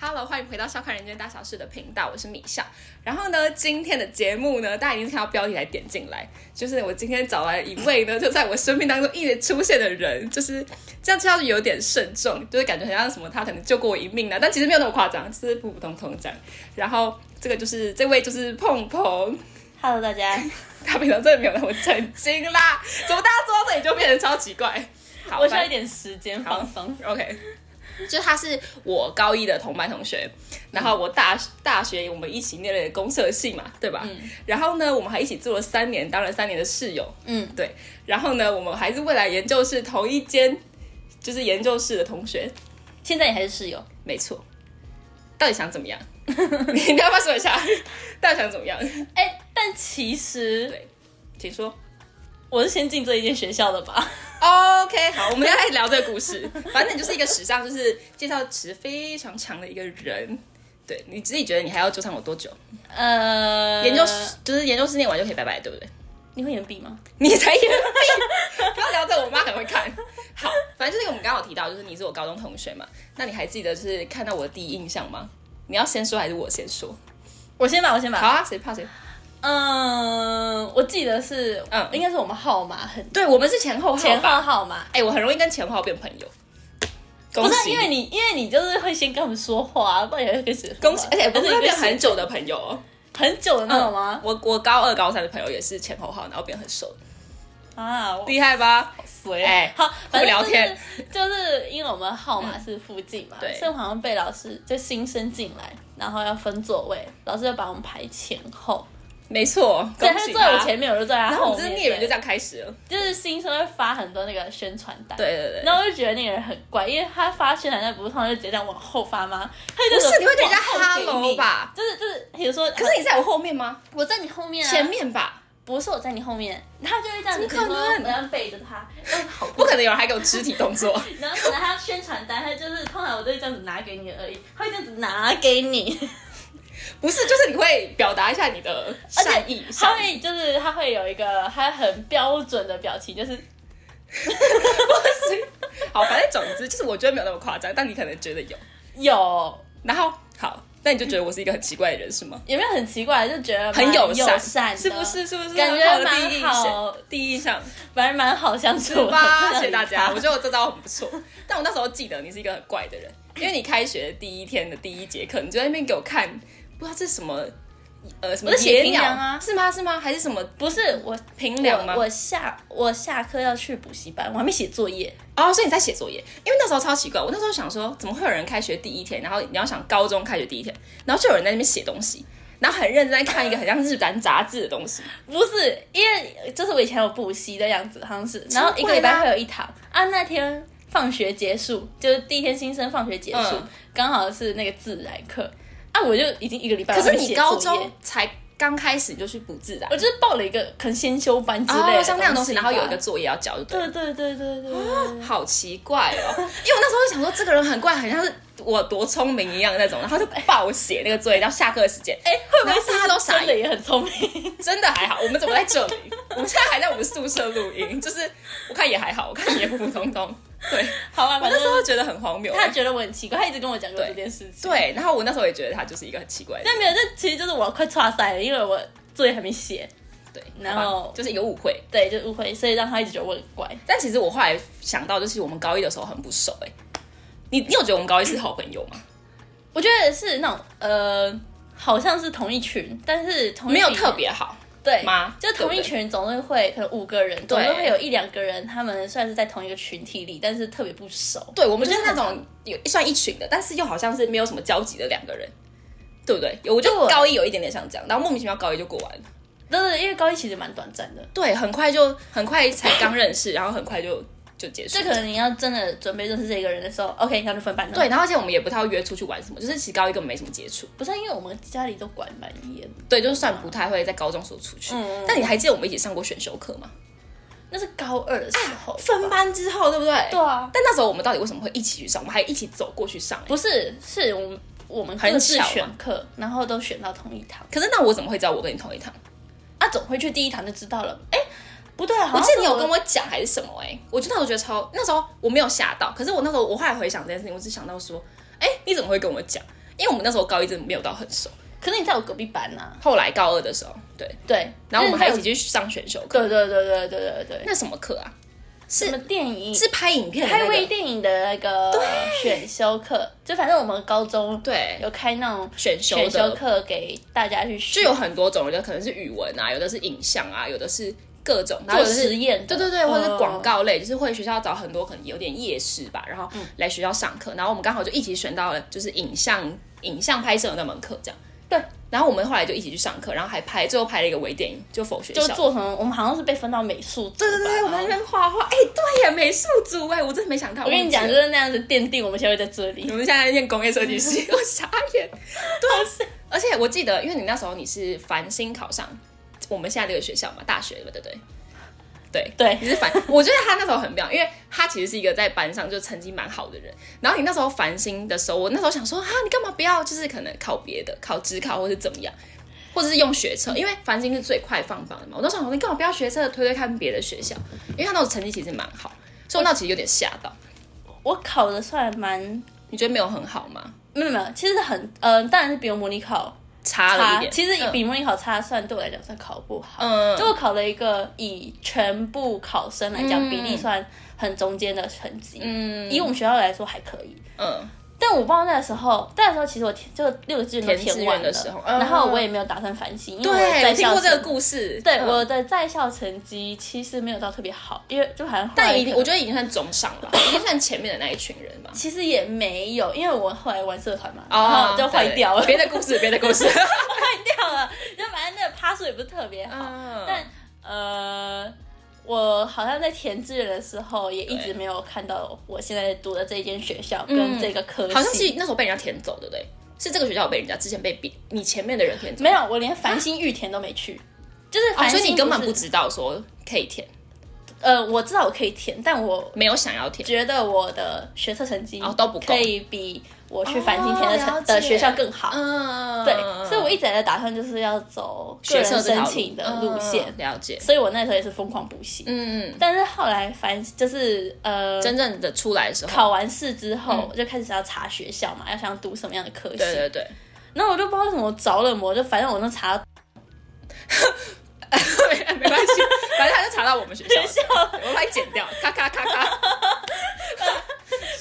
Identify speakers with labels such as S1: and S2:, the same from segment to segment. S1: Hello，欢迎回到《笑看人间大小事》的频道，我是米笑。然后呢，今天的节目呢，大家已经看到标题来点进来，就是我今天找来一位呢，就在我生命当中一直出现的人，就是这样，这样有点慎重，就是感觉好像什么他可能救过我一命啊，但其实没有那么夸张，就是普普通通这样。然后这个就是这位就是碰碰，
S2: Hello，大家，
S1: 他平常真的没有那么震惊啦，怎么大家做到这里就变得超奇怪？好，
S2: 我需
S1: 反正
S2: 要一点时间
S1: 好
S2: 放松。
S1: OK，就 他是我高一的同班同学，然后我大大学我们一起念了公社系嘛，对吧？然后呢，我们还一起做了三年，当了三年的室友，
S2: 嗯，
S1: 对。然后呢，我们还是未来研究室同一间，就是研究室的同学，
S2: 现在你还是室友，
S1: 没错。到底想怎么样？ 你你要不要说一下？到底想怎么样？
S2: 哎、但其实
S1: 对请说。
S2: 我是先进这一间学校的吧？
S1: OK，好，我们要来聊这个故事。反正你就是一个史上就是介绍词非常长的一个人。对你自己觉得你还要纠缠我多久？
S2: 呃，
S1: 研究就是研究室念完就可以拜拜，对不对？
S2: 你会延毕吗？
S1: 你才研毕， 不要聊这个，我妈可能会 看。好，反正就是我们刚好提到，就是你是我高中同学嘛，那你还记得就是看到我的第一印象吗？你要先说还是我先说？
S2: 我先吧，我先
S1: 好
S2: 吧。
S1: 啊，谁怕谁？
S2: 嗯、我记得是，
S1: 嗯
S2: 应该是我们号码很
S1: 对我们是前后号
S2: 前
S1: 吧
S2: 后？号码，
S1: 哎、我很容易跟前后号变朋友。
S2: 不
S1: 恭
S2: 是啊
S1: 喜
S2: 因为你，因为你就是会先跟我们说话，不然也会跟谁
S1: 恭喜，而且
S2: 不
S1: 不是
S2: 是
S1: 变很久的朋友哦。
S2: 很久的那种吗？
S1: 我我高二高三的朋友也是前后号，然后变很熟，嗯
S2: 啊，我
S1: 厉害吧？
S2: 谁？
S1: 哎
S2: 好，反正
S1: 聊
S2: 就是
S1: 天嗯
S2: 就是因为我们号码是附近嘛，
S1: 对
S2: 所以我好像被老师就新生进来，然后要分座位，老师就把我们排前后，
S1: 没错，
S2: 对，
S1: 恭
S2: 他
S1: 喜
S2: 就坐在我
S1: 他。
S2: 前面，我就坐在他
S1: 然后
S2: 后
S1: 我们这
S2: 面，
S1: 孽缘就这
S2: 对
S1: 样开始了。
S2: 就是新生会发很多那个宣传单，
S1: 对。对对。
S2: 然后我就觉得那个人很怪，因为他发宣传单不是通常就直接这样往后发吗？他就
S1: 不是你会给人家
S2: 往后给
S1: hello
S2: 你
S1: 吧？
S2: 就是就是，比如说，
S1: 可是你在我后面吗？
S2: 我在你后面啊，
S1: 前面吧，
S2: 不是我在你后面，他就会这样子
S1: 怎么可
S2: 比如说
S1: 能
S2: 我要背着他，然后好
S1: 不可能有人还给我肢体动作。
S2: 然后可能他宣传单，他就是通常我都会这样子拿给你而已，他会这样子拿给你，
S1: 不是，就是你会表达一下你的善意，
S2: 他
S1: 善意
S2: 会就是他会有一个他很标准的表情，就是
S1: 好，反正总之就是我觉得没有那么夸张，但你可能觉得有。
S2: 有
S1: 然后好，那你就觉得我是一个很奇怪的人是吗？
S2: 有没有很奇怪，就觉得蛮
S1: 很
S2: 友
S1: 善，
S2: 善的
S1: 是不？是？是不是？
S2: 感觉
S1: 很好的第一印
S2: 蛮
S1: 象
S2: 好，
S1: 第一印象，
S2: 反正蛮好相 处
S1: 对
S2: 的。
S1: 吧？
S2: 这样
S1: 谢谢大家，
S2: 子
S1: 我觉得我这招很不错。 但我那时候记得你是一个很怪的人，因为你开学第一天的第一节课，你就在那边给我看，不知道这是什么，呃，什么
S2: 我是写
S1: 野
S2: 平
S1: 鸟
S2: 凉啊
S1: 是吗？是吗？还是什么
S2: 不是我
S1: 平凉吗
S2: 我？我下我下课要去补习班，我还没写作业，
S1: 哦，所以你在写作业，因为那时候超奇怪，我那时候想说，怎么会有人开学第一天，然后你要想高中开学第一天，然后就有人在那边写东西，然后很认真在看一个很像日版杂志的东西，
S2: 不是因为就是我以前有补习的样子，好像是，然后一
S1: 超
S2: 个
S1: 会
S2: 礼
S1: 啦
S2: 拜会有一堂啊。那天放学结束，就是第一天新生放学结束
S1: 嗯，
S2: 刚、好是那个自然课啊，我就已经一个礼拜
S1: 可是
S2: 没
S1: 你
S2: 写
S1: 高
S2: 作业
S1: 中才刚开始你就去补自然
S2: 我，就是报了一个可能先修班之类的、
S1: 哦，像那样东西，然后有一个啊
S2: 吧。
S1: 作业要交，就对了
S2: 对对对对对对，
S1: 好奇怪哦，因为我那时候就想说这个人很怪，很像是我多聪明一样那种，然后就暴写那个作业到下课的时间。哎、
S2: 哎、会不会
S1: 然后
S2: 是
S1: 大家都傻
S2: 真的也很 聪明？
S1: 真的还好，我们怎么在这里？我们现在还在我们宿舍录音，就是我看也还好，我看也普普通通。对，
S2: 好吧，
S1: 我
S2: 反
S1: 那时候
S2: 正
S1: 觉得很荒谬。
S2: 他觉得我很奇怪，他一直跟我讲过
S1: 对
S2: 这件事情。，
S1: 对，然后我那时候也觉得他就是一个很奇怪的人，
S2: 但没有，这其实就是我快岔赛了，因为我作业还没写，
S1: 对，
S2: 然
S1: 好吧
S2: 后
S1: 就是一个误会。
S2: 对，就误会，所以让他一直觉得我很怪。
S1: 但其实我后来想到，就是我们高一的时候很不熟、哎，你你有觉得我们高一是好朋友吗？
S2: 我觉得是那种呃，好像是同一群，但是同一群
S1: 没有特别好，
S2: 对
S1: 吗
S2: 就同一群总是会可能五个人，总是会有一两个人，他们算是在同一个群体里，但是特别不熟。
S1: 对，我们就是那种有算一群的，但是又好像是没有什么交集的两个人，对不对？有我就
S2: 对
S1: 高一有一点点像这样，然后莫名其妙高一就过完了。
S2: 对对，因为高一其实蛮短暂的，
S1: 对，很快就很快才刚认识，然后很快就就结束
S2: 所以。可能你要真的准备认识这个人的时候，OK，那就分班了。
S1: 对，，然后而且我们也不太会约出去玩什么，就是其实高一根本没什么接触，
S2: 不是因为我们家里都管蛮严，
S1: 对，就是算不太会在高中时候出去。
S2: 嗯嗯
S1: 但你还记得我们一起上过选修课吗？
S2: 那是高二的时候、
S1: 分。班之后，对不对？
S2: 对啊，
S1: 但那时候我们到底为什么会一起去上？我们还一起走过去上、欸
S2: 不是，是我们我们
S1: 很
S2: 各自
S1: 巧嘛
S2: 选课，然后都选到同一堂，
S1: 可是那我怎么会知道我跟你同一堂？
S2: 啊，总会去第一堂就知道了。哎，不对，好
S1: 我
S2: 像
S1: 记得你
S2: 是
S1: 有跟我讲还是什么哎、我就那时候觉得超，那时候我没有吓到，可是我那时候我后来回想这件事情，我只想到说，哎、你怎么会跟我讲？因为我们那时候高一真的没有到很熟，
S2: 可是你在我隔壁班呐、
S1: 后来高二的时候，对，
S2: 对，
S1: 然后我们还一
S2: 就是
S1: 起去上选修
S2: 他
S1: 课，
S2: 有对对对对对对对，
S1: 那什么课啊？是
S2: 什么电影？
S1: 是拍影片的、
S2: 拍
S1: 那
S2: 微
S1: 个，
S2: 电影的那个选修课，就反正我们高中
S1: 对，
S2: 有开那种
S1: 选修
S2: 选修
S1: 的，
S2: 课给大家去
S1: 就
S2: 学，
S1: 有很多种，有的可能是语文啊，有的是影像啊，有的是各种，然后
S2: 做
S1: 有的是
S2: 实验
S1: 对
S2: 的，
S1: 对对，或者是
S2: 嗯
S1: 广告类，就是会学校找很多可能有点夜市吧，然后来学校上课，然后我们刚好就一起选到了就是影像影像拍摄的那门课，这样。
S2: 对。
S1: 然后我们后来就一起去上课，然后还拍，最后拍了一个微电影，就否学校
S2: 就。做成我们好像是被分到美术组吧，
S1: 对对对，我们在那边画画，哎、对呀，美术组哎，我真的没想到。
S2: 我跟你
S1: 忘记了嗯
S2: 讲，就是那样子奠定我们现在会在这里
S1: 你。们现在念工业设计 系，我傻眼。对，而且我记得，因为你那时候你是繁星考上我们现在这个学校嘛，大学了，对不对？对
S2: 对
S1: 你是繁，我觉得他那时候很妙，因为他其实是一个在班上就成绩蛮好的人。然后你那时候繁星的时候，我那时候想说，哈，啊你干嘛不要就是可能考别的，考职考或是怎么样，或者是用学车，因为繁星是最快放榜的嘛。我那时候想说，你干嘛不要学车，推推看别的学校，因为他那时候成绩其实蛮好，所以我那时候其实有点吓到。
S2: 我考的算蛮，
S1: 你觉得没有很好吗？
S2: 没有没有，其实很，呃，当然是比我模拟考
S1: 差了一
S2: 差，
S1: 点，
S2: 其实
S1: 嗯
S2: 比模拟考差算对我来讲算考不好。
S1: 嗯，
S2: 就我考了一个以全部考生来讲
S1: 嗯
S2: 比例算很中间的成绩，
S1: 嗯
S2: 以我们学校来说还可以。
S1: 嗯
S2: 但我不知道那时候，那时候其实我填就六个志愿都
S1: 填志
S2: 填
S1: 愿
S2: 完了，
S1: 的时候嗯
S2: 然后我也没有打算反省，因为
S1: 对，
S2: 在
S1: 我听
S2: 校
S1: 过这个
S2: 成
S1: 故事，
S2: 对
S1: 嗯
S2: 我的在校成绩其实没有到特别好，因为就好像后来
S1: 但已
S2: 可
S1: 经
S2: 能
S1: 我觉得已经算中上了吧，已经算前面的那一群人吧。
S2: 其实也没有，因为我后来玩社团嘛，然
S1: 哦
S2: 后，就坏掉了，
S1: 对别的故事，别的故事。
S2: 坏掉了，就反正那个趴数也不是特别好，
S1: 嗯
S2: 但呃，我好像在填志愿的时候也一直
S1: 对
S2: 没有看到我现在读的这间学校
S1: 嗯
S2: 跟这个科系，
S1: 好像是那时候被人家填走，对不对？是这个学校有被人家之前被比你前面的人填走，
S2: 没有，我连繁星预填都没去，就是
S1: 哦，
S2: 繁星、
S1: 所以你根本不
S2: 是
S1: 知道说可以填，
S2: 呃，我知道我可以填，但我
S1: 没有想要填。
S2: 觉得我的学测成绩
S1: 哦都不够
S2: 可以比我去繁星填的成、
S1: 哦了解
S2: 的学校更好。
S1: 嗯，
S2: 对，所以我一直在打算就是要走个
S1: 学
S2: 人
S1: 测这条
S2: 申请的路线，
S1: 嗯了解。
S2: 所以我那时候也是疯狂补习。
S1: 嗯，嗯
S2: 但是后来反就是呃，
S1: 真正的出来的时候，
S2: 考完试之后，我就开始要查学校嘛，要想读什么样的科系。
S1: 嗯对对对，
S2: 然后我就不知道为什么我着了魔，就反正我都查到
S1: 没没关系，反正他就查到我们学校了，我把它剪掉，咔咔咔咔。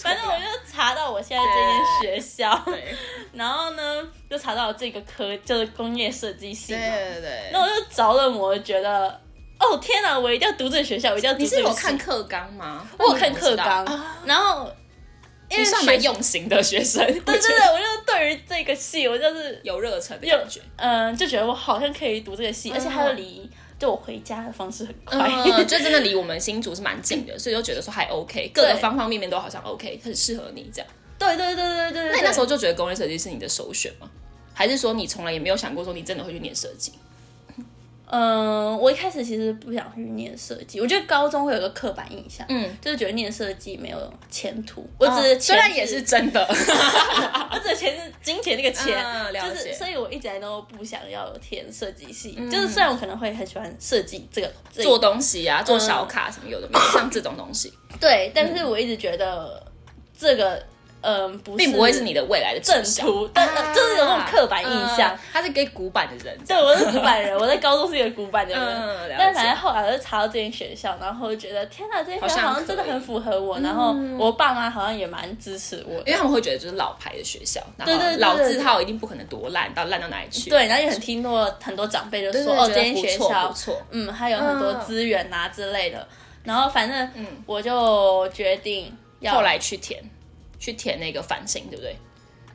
S2: 反正我就查到我现在这间学校，
S1: 对
S2: 然后呢，就查到这个科就是工业设计系嘛。
S1: 对对
S2: 那我就着了魔，觉得哦天哪，我一定要读这个学校，我一定要读
S1: 你
S2: 这
S1: 是
S2: 个
S1: 有
S2: 系
S1: 看课纲吗？
S2: 我有看课
S1: 那
S2: 纲
S1: 你怎么知道啊，
S2: 然后
S1: 你
S2: 因为
S1: 算蛮
S2: 学
S1: 用心的学 生，
S2: 对
S1: 我觉得
S2: 对对，我就对于这个系，我就是
S1: 有热忱的感觉，
S2: 嗯、就觉得我好像可以读这个系，而且它又
S1: 嗯
S2: 离就我回家的方式很 快。
S1: 嗯，就真的离我们新竹是蛮近的，所以就觉得说还 OK，各个方方面面都好像 OK，很适合你这样。
S2: 对对对对对对。
S1: 那你那时
S2: 候
S1: 候就觉得工业设计是你的首选吗？还是说你从来也没有想过说你真的会去念设
S2: 哦
S1: 计？
S2: 嗯，我一开始其实不想去念设计，我觉得高中会有一个刻板印象，
S1: 嗯，
S2: 就是觉得念设计没有前途。啊我只是、
S1: 哦虽然也是，真的，
S2: 我只是钱是金钱那个钱，
S1: 嗯了
S2: 就
S1: 解
S2: 是所以我一直以来都不想要填设计系。
S1: 嗯
S2: 就是虽然我可能会很喜欢设计这个这 一
S1: 做东西啊，做小卡什么有的没有，像这种东西，
S2: 对，但是我一直嗯觉得这个嗯不
S1: 并不会是你的未来的
S2: 正
S1: 志向
S2: 途，但、
S1: 啊
S2: 就是有那种刻板印象。
S1: 嗯他是给古板的人，
S2: 对，我是古板人，我在高中是一个古板的人，
S1: 嗯了解
S2: 但反正后来我就查到这间学校，然后我就觉得天哪，这间学校好像真的很符合
S1: 嗯
S2: 我，然后我爸妈好像也蛮支持我
S1: 因为
S2: 的，
S1: 他们会觉得就是老牌的学校，然
S2: 对对
S1: 后
S2: 对
S1: 老
S2: 对
S1: 字号一定不可能多烂到烂到哪里去，
S2: 对，然后也很听过很多长辈就
S1: 对，
S2: 说
S1: 对
S2: 哦，
S1: 觉
S2: 这
S1: 得
S2: 间
S1: 不
S2: 学
S1: 错
S2: 校
S1: 不，错，
S2: 嗯，还有很多
S1: 嗯
S2: 资源啊之类的，然后反正
S1: 嗯
S2: 我就决定要
S1: 后来去填去填那个繁星，对不对？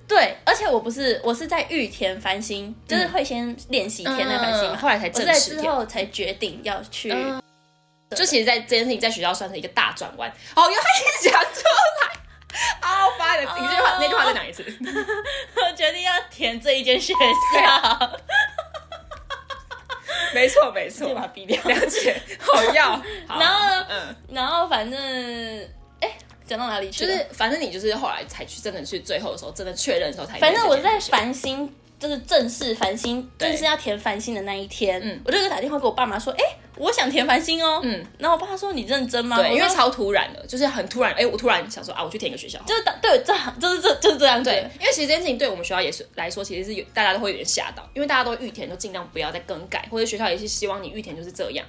S2: 对，而且我不是我是在预填繁星，就是会先练习填那繁星
S1: 嗯
S2: 嘛，
S1: 后来才
S2: 我是
S1: 正
S2: 在
S1: 式
S2: 之
S1: 填。
S2: 后才决定要去，
S1: 嗯就其实，在这件事情在学校算是一个大转弯。哦，又开始讲出来，好烦的。你这句话，那句话再讲一次。
S2: 哦我 决定要填这一间学
S1: 啊
S2: 校。
S1: 没错，没错
S2: 直接把它
S1: 逼掉。了解，好要。好
S2: 然后呢
S1: 嗯，
S2: 然后反正，哎、讲到哪里
S1: 就
S2: 去了？
S1: 是反正你就是后来才去，真的去最后的时候，真的确认的时候才。
S2: 反正我在繁星，就是正式繁星，
S1: 对
S2: 正式要填繁星的那一天，
S1: 嗯
S2: 我就打电话给我爸妈说，哎、我想填繁星哦，
S1: 嗯
S2: 嗯，然后我爸说你认真吗？我
S1: 对，因为
S2: 说
S1: 超突然的，就是很突然，哎、我突然想说啊，我去填一个学校。
S2: 就是当对，这就是这就是这样子，
S1: 对，因为其实这件事情对我们学校也是来说，其实是有大家都会有点吓到，因为大家都预填，都尽量不要再更改，或者学校也是希望你预填就是这样，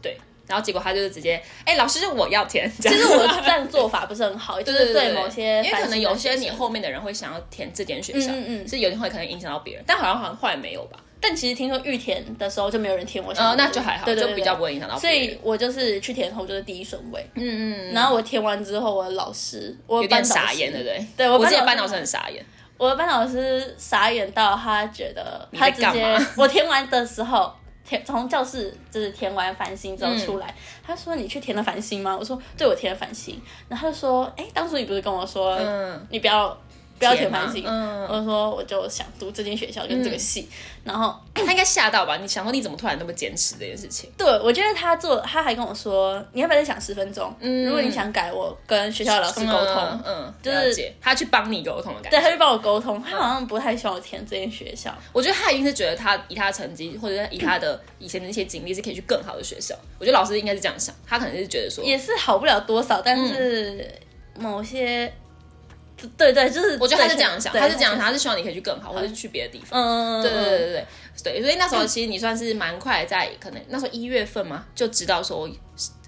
S1: 对。然后结果他就是直接，哎、老师我要填，其
S2: 其实我这样做法不是很好，就
S1: 对对
S2: 是对某些
S1: 因为
S2: 繁
S1: 可能
S2: 星的
S1: 有些
S2: 学
S1: 你
S2: 生
S1: 后面的人会想要填这间学校，
S2: 嗯嗯嗯
S1: 是有点会可能影响到别人，但好像好像后来没有吧，
S2: 但其实听说预填的时候就没有人填我想
S1: 呃，
S2: 要的，
S1: 那就还好，
S2: 对对
S1: 就
S2: 对
S1: 比较不会影响到
S2: 所
S1: 别人。
S2: 以我就是去填后就是第一顺位，
S1: 嗯嗯，
S2: 然后我填完之后，我的老师，
S1: 有
S2: 我的
S1: 点
S2: 班导
S1: 傻
S2: 师
S1: 眼，对不对？
S2: 对我
S1: 我
S2: 班
S1: 之前
S2: 导
S1: 班导师很傻眼，
S2: 我的班导师傻眼到他觉得
S1: 在
S2: 他直
S1: 干嘛
S2: 接， 我填完的时候填从教室就是填完繁星之后出
S1: 嗯
S2: 来，他说你去填了繁星吗？我说对，我填了繁星。然后他就说，哎，当初你不是跟我说、
S1: 嗯，
S2: 你不要不要填
S1: 吗
S2: 繁星？
S1: 嗯，
S2: 我说我就想读这间学校跟这个系，然后
S1: 他应该吓到吧？你想说你怎么突然那么坚持这件事情？
S2: 对我觉得他做他还跟我说，你要不要再想十分钟？如果你想改，我跟学校的老师沟通。
S1: 嗯，嗯
S2: 就是
S1: 了解他去帮你沟通的感
S2: 对，
S1: 觉。
S2: 他就帮我沟通，他好像不太喜欢我填这间学校。
S1: 我觉得他一定是觉得他以他的成绩或者是以他的以前的那些经历是可以去更好的学校。我觉得老师应该是这样想，他可能是觉得说，
S2: 也是好不了多少，但是某些，对对，就是
S1: 嗯我觉得他是这样想，
S2: 对
S1: 他是这样想，他是希望你可以去更好，或者是去别的地方。
S2: 嗯，
S1: 对对对对对对，所以那时候其实你算是蛮快，在可能那时候一月份嘛，就知道说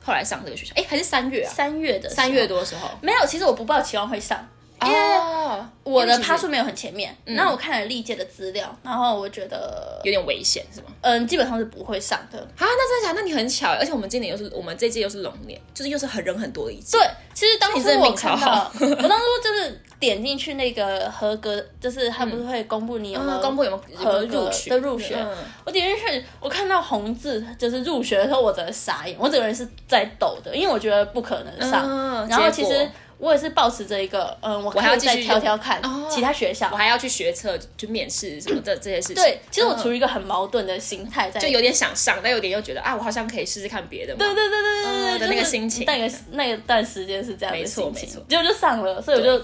S1: 后来上这个学校，哎，还是三月啊，
S2: 三月的时候
S1: 三月多的时候，
S2: 没哎有，其实我不抱期望会上，因为
S1: 哦，
S2: 我
S1: 因
S2: 的
S1: 为其实嗯
S2: 趴数没有很前面。那我看了历届的资料，然后我觉得，
S1: 有点危险是吗？
S2: 嗯，基本上是不会上的。
S1: 啊，那真的假的？那你很巧欸，而且我们今年又是我们这届又是龙年，就是又是很人很多的一届。
S2: 对，其实当
S1: 你
S2: 初
S1: 真的
S2: 我
S1: 命超
S2: 看到，我当初就是点进去那个合格，就是他不是会公布你有没
S1: 嗯，
S2: 有
S1: 公布有没有有没有
S2: 合格
S1: 入学
S2: 的入学
S1: 嗯
S2: 我点进去，我看到红字就是入学的时候，我整个傻眼，我整个人是在抖的，因为我觉得不可能上。
S1: 嗯
S2: 然后
S1: 结
S2: 其
S1: 果
S2: 实我也是保持着一个，嗯，我
S1: 我还要
S2: 可以再
S1: 继续
S2: 挑挑看
S1: 哦
S2: 其他学校。
S1: 我还要去学测，去面试什么的这些事情。嗯
S2: 对，其实我处
S1: 于
S2: 于一个很矛盾的心态在。
S1: 就有点想上，但有点又觉得啊，我好像可以试试看别的嘛。
S2: 对对对对对
S1: 嗯
S2: 对对
S1: 的
S2: 对
S1: 那个
S2: 就是
S1: 心情
S2: 那个那个段时间是这样的
S1: 没错
S2: 心
S1: 没
S2: 情
S1: 错，
S2: 结果就上了，所以我就，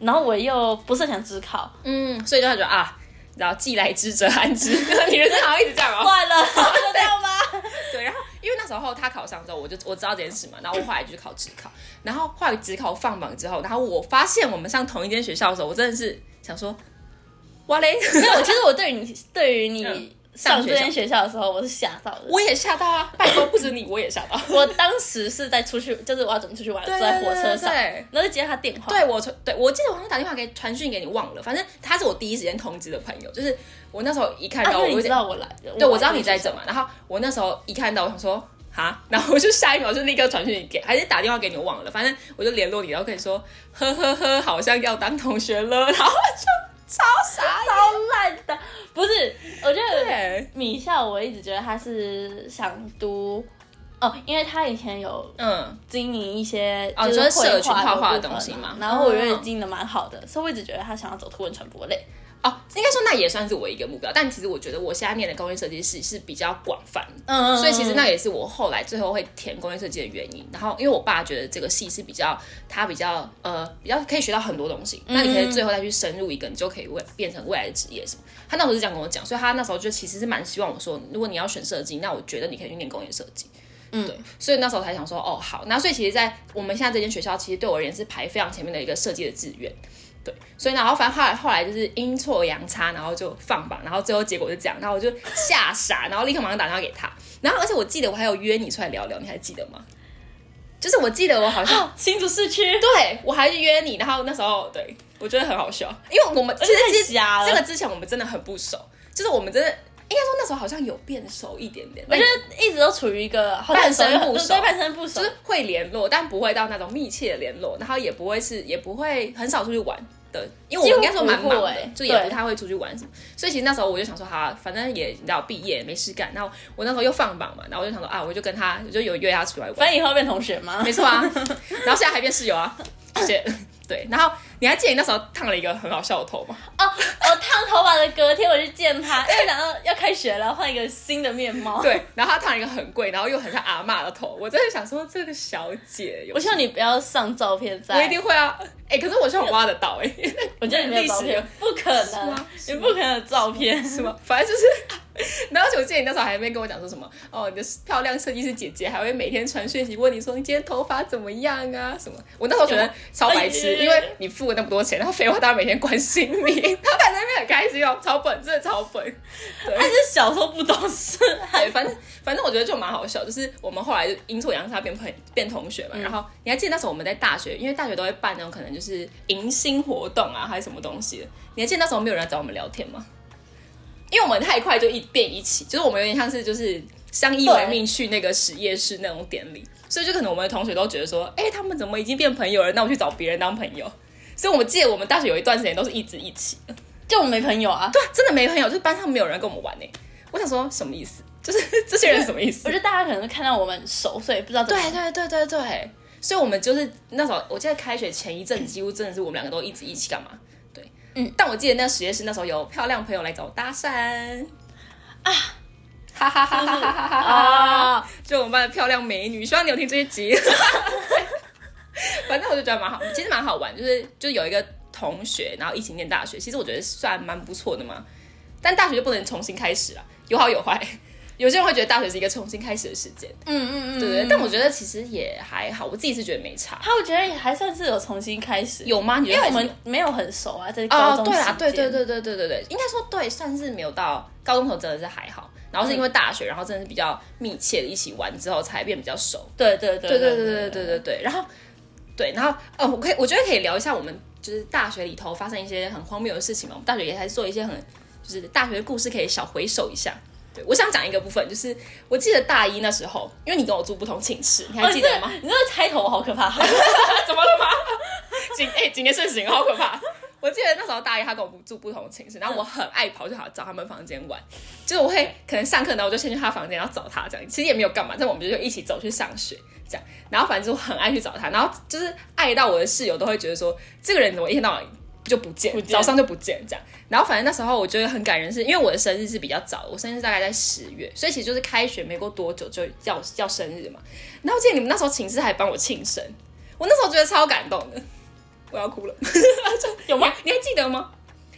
S2: 然后我又不是很想自考，
S1: 嗯，所以就他觉得啊，然后既来之则安之， 你人生好像一直这样哦。
S2: 算了，就这样吧。
S1: 对，然后因为那时候他考上之后，我就我知道这件事嘛，然后我后来就去考职考，然后后来职考放榜之后，然后我发现我们上同一间学校的时候，我真的是想说，哇嘞，
S2: 没有，其实我对你对于
S1: 嗯
S2: 你
S1: 上
S2: 上
S1: 学
S2: 这间
S1: 校
S2: 学校的时候，我是吓到的。
S1: 我也吓到啊！拜托，不止你，我也吓到。
S2: 我当时是在出去，就是我要准备出去玩，坐在火车上，
S1: 对
S2: 然后就接他电话。
S1: 对，我传对我记得我好像打电话给传讯给你忘了，反正他是我第一时间通知的朋友，就是我那时候一看
S2: 啊，
S1: 到
S2: 因
S1: 我
S2: 为
S1: 有
S2: 你知
S1: 点，
S2: 道我来的，
S1: 对我知道你
S2: 来
S1: 在这嘛，然后我那时候一看到我想说哈， 然后我就下一秒就立刻传讯给，还是打电话给你我忘了，反正我就联络你，然后跟你说呵呵呵，好像要当同学了， 然后就超傻
S2: 超烂的，不是？我觉得
S1: 眼。
S2: 米校，我一直觉得他是想读。哦，因为他以前有
S1: 嗯，
S2: 经营一些
S1: 哦
S2: 就是
S1: 你说社群
S2: 绘
S1: 画
S2: 部
S1: 画的
S2: 分啊
S1: 东西嘛
S2: 然后我觉
S1: 哦
S2: 得经营的蛮好的，所以我一直觉得他想要走图文传播类。
S1: 哦，应该说那也算是我一个目标，但其实我觉得我现在念的工业设计系是比较广泛的，
S2: 嗯
S1: 所以其实那也是我后来最后会填工业设计的原因。然后因为我爸觉得这个系是比较，他比较呃比较可以学到很多东西，那你可以最后再去深入一个，你就可以未变成未来的职业什么。他那时候是这样跟我讲，所以他那时候就其实是蛮希望我说，如果你要选设计，那我觉得你可以去念工业设计。嗯，对，所以那时候才想说，哦，好，那所以其实，在我们现在这间学校，其实对我而言是排非常前面的一个设计的志愿，对，所以然后反正后来后来就是阴错阳差，然后就放榜，然后最后结果就这样，然后我就吓傻，然后立刻马上打电话给他，然后而且我记得我还有约你出来聊聊，你还记得吗？就是我记得我好像、
S2: 哦新竹市区，
S1: 对我还约你，然后那时候对我觉得很好笑，因为我们
S2: 而
S1: 其
S2: 且
S1: 实
S2: 太
S1: 之
S2: 瞎了。
S1: 这个之前我们真的很不熟，就是我们真的应该说那时候好像有变熟一点点，
S2: 我觉得一直都处于一个好像
S1: 半生
S2: 很熟
S1: 不熟
S2: 对半生不熟
S1: 就是，会联络，但不会到那种密切的联络，然后也不会是也不会很少出去玩的，因为我们应该说蛮忙
S2: 几乎不
S1: 的
S2: 会，
S1: 就也不
S2: 对
S1: 太会出去玩什么。所以其实那时候我就想说，好、啊，反正也你知道毕业没事干，然后我那时候又放榜嘛，然后我就想说啊，我就跟他我就有约他出来玩，
S2: 反正以后变同学嘛。
S1: 没错啊，然后现在还变室友啊，而且对，然后你还记得你那时候烫了一个很好笑的头吗？
S2: 哦，我烫头发的隔天我去见他，因为想到要开学了，换一个新的面貌。
S1: 对，然后他烫了一个很贵，然后又很像阿嬷的头，我真的想说这个小姐有
S2: 我希望你不要上照片在，
S1: 我一定会啊，哎、可是我希望我挖得到哎、
S2: 我觉得你没有照
S1: 历史有
S2: 片，不可
S1: 是
S2: 能
S1: 吗，
S2: 你
S1: 是吗啊
S2: 不可能有照片。
S1: 是吗？反正就是 然后而且我记得你那时候还没跟我讲说什么哦，你的漂亮设计师姐姐还会每天传讯息问你说你今天头发怎么样啊什么。我那时候觉得超白痴，
S2: 哎
S1: 因为你付了那么多钱，然后废话，他每天关心你， 他在那边很开心哦，超本，真的超本。
S2: 但是小时候不啊懂事，
S1: 对，反正反正我觉得就蛮好笑，就是我们后来就阴错阳差变朋变同学嘛。然后你还记得那时候我们在大学，因为大学都会办那种可能就是迎新活动啊，还是什么东西的。你还记得那时候没有人来找我们聊天吗？因为我们太快就一变一起，就是我们有点像是就是相依为命去那个实验室那种典礼，所以就可能我们的同学都觉得说，哎、他们怎么已经变朋友了？那我去找别人当朋友。所以我们记得我们大学有一段时间都是一直一起。
S2: 就我没朋友啊。
S1: 对啊，真的没朋友，就是班上没有人跟我们玩呢、欸我想说什么意思？就是这些人什么意思
S2: 我觉？得大家可能是看到我们熟，所以不知道怎么
S1: 对对对对对，所以我们就是那时候，我记得开学前一阵，几乎真的是我们两个都一直一起干嘛？对，
S2: 嗯。
S1: 但我记得那实验室那时候有漂亮朋友来找我搭讪啊，哈哈哈哈哈哈哈哈！
S2: 啊，
S1: 就我们班的漂亮美女，希望你有听这一集。 反正我就觉得蛮好，其实蛮好玩，就是就有一个同学，然后一起念大学，其实我觉得算蛮不错的嘛。但大学就不能重新开始了，有好有坏。 有些人会觉得大学是一个重新开始的时间，
S2: 嗯嗯嗯，
S1: 对不
S2: 对
S1: 对？但我觉得其实也还好，我自己是觉得没差。
S2: 他我觉得也还算是有重新开始，
S1: 有吗？你觉
S2: 因
S1: 得
S2: 为
S1: 还
S2: 我
S1: 是
S2: 们没有很熟啊，在高
S1: 哦，
S2: 中
S1: 对啦，
S2: 期
S1: 对对，
S2: 间
S1: 对对对对对，应该说对，算是没有到高中时候真的是还好，然后是因为大学，然后真的是比较密切的一起玩之后才变比较熟。
S2: 对对对
S1: 对对对对对对对。然后，对，然后呃，我可以，我觉得可以聊一下我们就是大学里头发生一些很荒谬的事情嘛。我们大学也还是做一些很就是大学的故事，可以小回首一下。对，我想讲一个部分，就是我记得大一那时候，因为你跟我住不同寝室，你还
S2: 哦
S1: 记
S2: 你
S1: 得
S2: 这
S1: 吗？
S2: 你这个开头好可 怕，
S1: 啊怎么了吗？ 警哎，警戒盛行，好可怕！我记得那时候大一，他跟我不住不同寝室，然后我很爱跑去他找他们房间玩，就是我
S2: 嗯
S1: 会可能上课，然后我就先去他房间，然后找他这样，其实也没有干嘛，但我们就一起走去上学这样，然后反正我很爱去找他，然后就是爱到我的室友都会觉得说，这个人怎么一天到晚就不见，
S2: 不见
S1: 早上就不见这样，然后反正那时候我觉得很感人是，因为我的生日是比较早的，我生日大概在十月，所以其实就是开学没过多久就要要生日嘛，然后我记得你们那时候寝室还帮我庆生。我那时候觉得超感动的，我要哭了。
S2: 有
S1: 你
S2: 吗
S1: 还？你还记得吗？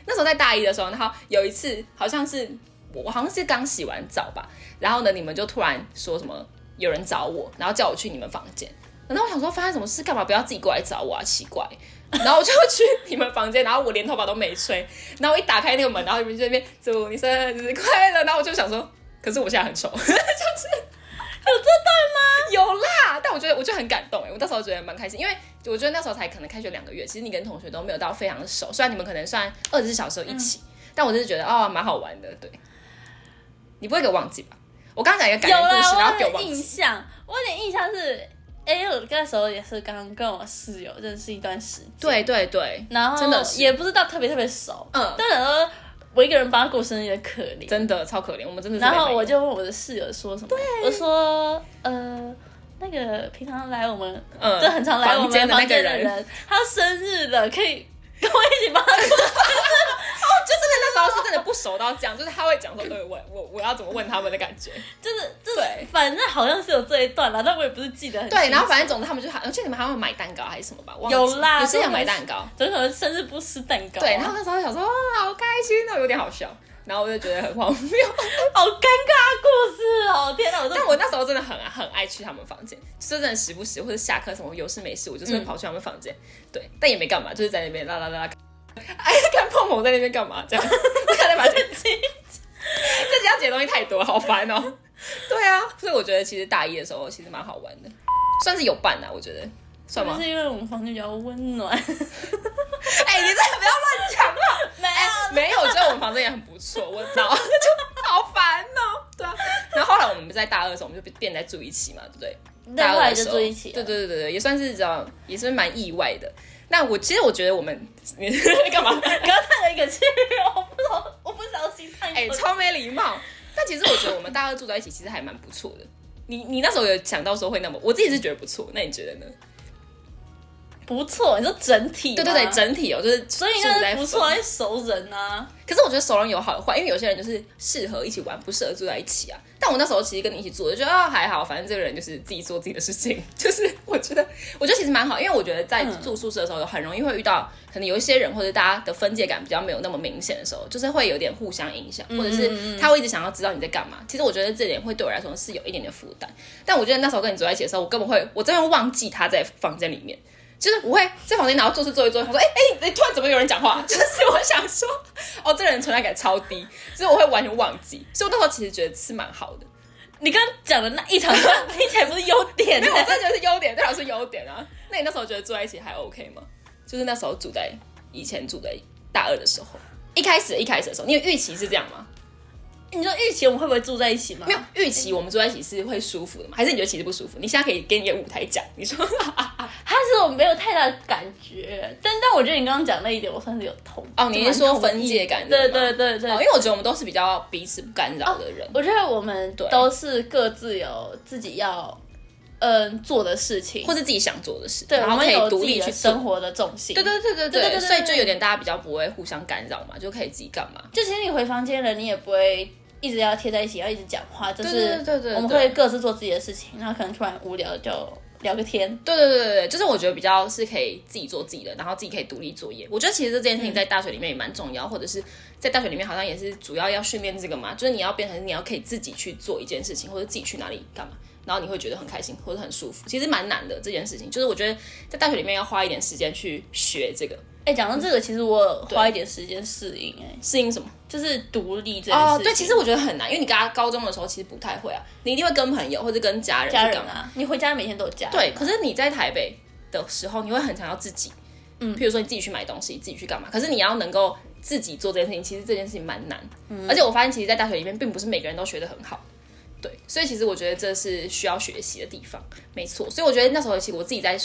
S1: 那时候在大一的时候，然后有一次好像是我我好像是刚洗完澡吧，然后呢你们就突然说什么有人找我，然后叫我去你们房间。然后我想说发生什么事，干嘛不要自己过来找我啊？奇怪。然后我就去你们房间，然后我连头发都没吹，然后我一打开那个门，然后你们就在那边祝你生日快乐，然后我就想说，可是我现在很丑， 就是有这段吗？有啦，但我觉得我就很感动哎，我那时候觉得蛮开心，因为我觉得那时候才可能开学两个月，其实你跟同学都没有到非常熟，虽然你们可能算二十四小时一起，
S2: 嗯
S1: 但我就是觉得哦蛮好玩的，对，你不会给我忘记吧？我刚刚讲一个感
S2: 有
S1: 人故
S2: 啦，
S1: 事，然后
S2: 我
S1: 给
S2: 有
S1: 我忘
S2: 点
S1: 记，
S2: 印象，我有点印象是，哎，我那时候也是刚刚跟我室友认识一段时间，
S1: 对对对，
S2: 然后
S1: 真的是
S2: 也不知道特别特别熟，
S1: 嗯
S2: 但然后我一个人帮他过生日也可怜。
S1: 真的超可怜，我们真的是
S2: 然
S1: 没朋
S2: 后
S1: 友
S2: 我就问我的室友说什么，我说呃，那个平常来我们，
S1: 嗯
S2: 就很常来
S1: 房
S2: 我们
S1: 间的那
S2: 房
S1: 个
S2: 间的
S1: 人，
S2: 人，他生日了，可以跟我一起帮他过。
S1: 就是那时候是真的不熟到这样，就是他会讲 说，对我我我要怎么问他们的感觉。
S2: 就是就是
S1: 对，
S2: 反正好像是有这一段了，但我也不是记得很清楚
S1: 对，然后反正总之他们就还，而且你们还会买蛋糕还是什么吧？忘记
S2: 有啦
S1: 有之前
S2: 都会
S1: 买蛋糕。
S2: 怎么可能生日不吃蛋糕啊、
S1: 对，然后那时候想说，哦，好开心哦，有点好笑。然后我就觉得很荒谬，
S2: 好尴尬的故事哦，天哪！我 都
S1: 但我那时候真的很很爱去他们房间，就是真的时不时或者下课什么有事没事，我就是会跑去他们房间，对，但也没干嘛，就是在那边啦啦啦，哎，看碰碰在那边干嘛这样，我想再把这 这要解的东西太多，好烦哦。对啊，所以我觉得其实大一的时候其实蛮好玩的，算是有伴啊，我觉得算吗
S2: 就？是因为我们房间比较温暖，
S1: 哎、你真的不要乱讲啊话。
S2: 没 有
S1: 没有，我觉得我们房间也很不错，我早 就好烦哦。对啊，然后后来我们不是在大二的时候，我们就变在住一起嘛，对不对？
S2: 对，
S1: 大
S2: 后
S1: 二
S2: 来
S1: 的
S2: 就
S1: 时候
S2: 住一起了
S1: 对对对对对，也算是这样，也是蛮意外的。那我其实我觉得我们 你在干嘛？
S2: 刚刚叹了一个气，我不懂，我不小心 叹
S1: 哎、
S2: 一口气。
S1: 超没礼貌。但其实我觉得我们大二住在一起，其实还蛮不错的。你你那时候有想到说会那么，我自己是觉得不错。那你觉得呢？
S2: 不错，你说整体吗，
S1: 对对对，整体哦，就是
S2: 所以
S1: 住
S2: 那
S1: 在
S2: 是不
S1: 分
S2: 错，还熟人啊，
S1: 可是我觉得熟人有好有坏，因为有些人就是适合一起玩，不适合住在一起啊。但但我那时候其实跟你一起住，我就觉得啊还好，反正这个人就是自己做自己的事情， 就是我觉得我觉得其实蛮好，因为我觉得在
S2: 嗯
S1: 住宿舍的时候，很容易会遇到可能有一些人或者大家的分界感比较没有那么明显的时候，就是会有点互相影响，或者是他会一直想要知道你在干嘛。其实我觉得这点会对我来说是有一点点负担，但我觉得那时候跟你住在一起的时候，我根本会我真的会忘记他在房间里面。就是我会在房间，然后做事做一做，他说：“哎、哎、你突然怎么有人讲话？” 就是我想说，哦，这个人存在感超低，所以我会完全忘记。所以我那时候其实觉得是蛮好的，
S2: 你刚刚讲的那一场，听起来不是优点
S1: 因为我
S2: 欸
S1: 真的觉得是优点，对我来说是优点啊。那你那时候觉得住在一起还 OK 吗？就是那时候住在以前住在大二的时候，一开始一开始的时候，你有预期是这样吗？
S2: 你说预期我们会不会住在一起吗？
S1: 没有预期，我们住在一起是会舒服的吗？还是你觉得其实不舒服？你现在可以给你一个舞台讲，你说
S2: 他是我没有太大的感觉，但但我觉得你刚刚讲那一点，我算是有同
S1: 哦你是说分界感
S2: 对
S1: 对吗
S2: 对对对，
S1: 哦，因为我觉得我们都是比较彼此不干扰的人。
S2: 我觉得我们都是各自有自己要嗯、做的事情，
S1: 或是自己想做的事，
S2: 对，
S1: 然
S2: 我
S1: 后可
S2: 们
S1: 以
S2: 有
S1: 独
S2: 自己
S1: 立去
S2: 的
S1: 做
S2: 生活的重心。
S1: 对对对对
S2: 对对
S1: 对，
S2: 对
S1: 所以就有点大家比较不会互相干扰嘛，就可以自己干嘛。
S2: 就其实你回房间了，你也不会一直要贴在一起，要一直讲话，就是
S1: 对对对对对
S2: 我们会各自做自己的事情，然后可能突然无聊就聊个天。
S1: 对对对对对，就是我觉得比较是可以自己做自己的，然后自己可以独立作业。我觉得其实这件事情在大学里面也蛮重要，或者是在大学里面好像也是主要要训练这个嘛，就是你要变成你要可以自己去做一件事情，或者自己去哪里干嘛，然后你会觉得很开心或者很舒服。其实蛮难的这件事情，就是我觉得在大学里面要花一点时间去学这个
S2: 哎，讲到这个，其实我有花一点时间适应，哎，
S1: 适应什么。
S2: 就是独立这件事
S1: 哦
S2: 情。，
S1: 对，其实我觉得很难，因为你刚刚高中的时候其实不太会啊，你一定会跟朋友或者跟家人去
S2: 家
S1: 干
S2: 人
S1: 嘛。
S2: 啊，你回家每天都有家人。
S1: 对，可是你在台北的时候，你会很想要自己，嗯，譬如说你自己去买东西，自己去干嘛。可是你要能够自己做这件事情，其实这件事情蛮难。而且我发现，其实，在大学里面，并不是每个人都学得很好。对，所以其实我觉得这是需要学习的地方，没错。所以我觉得那时候，其实我自己在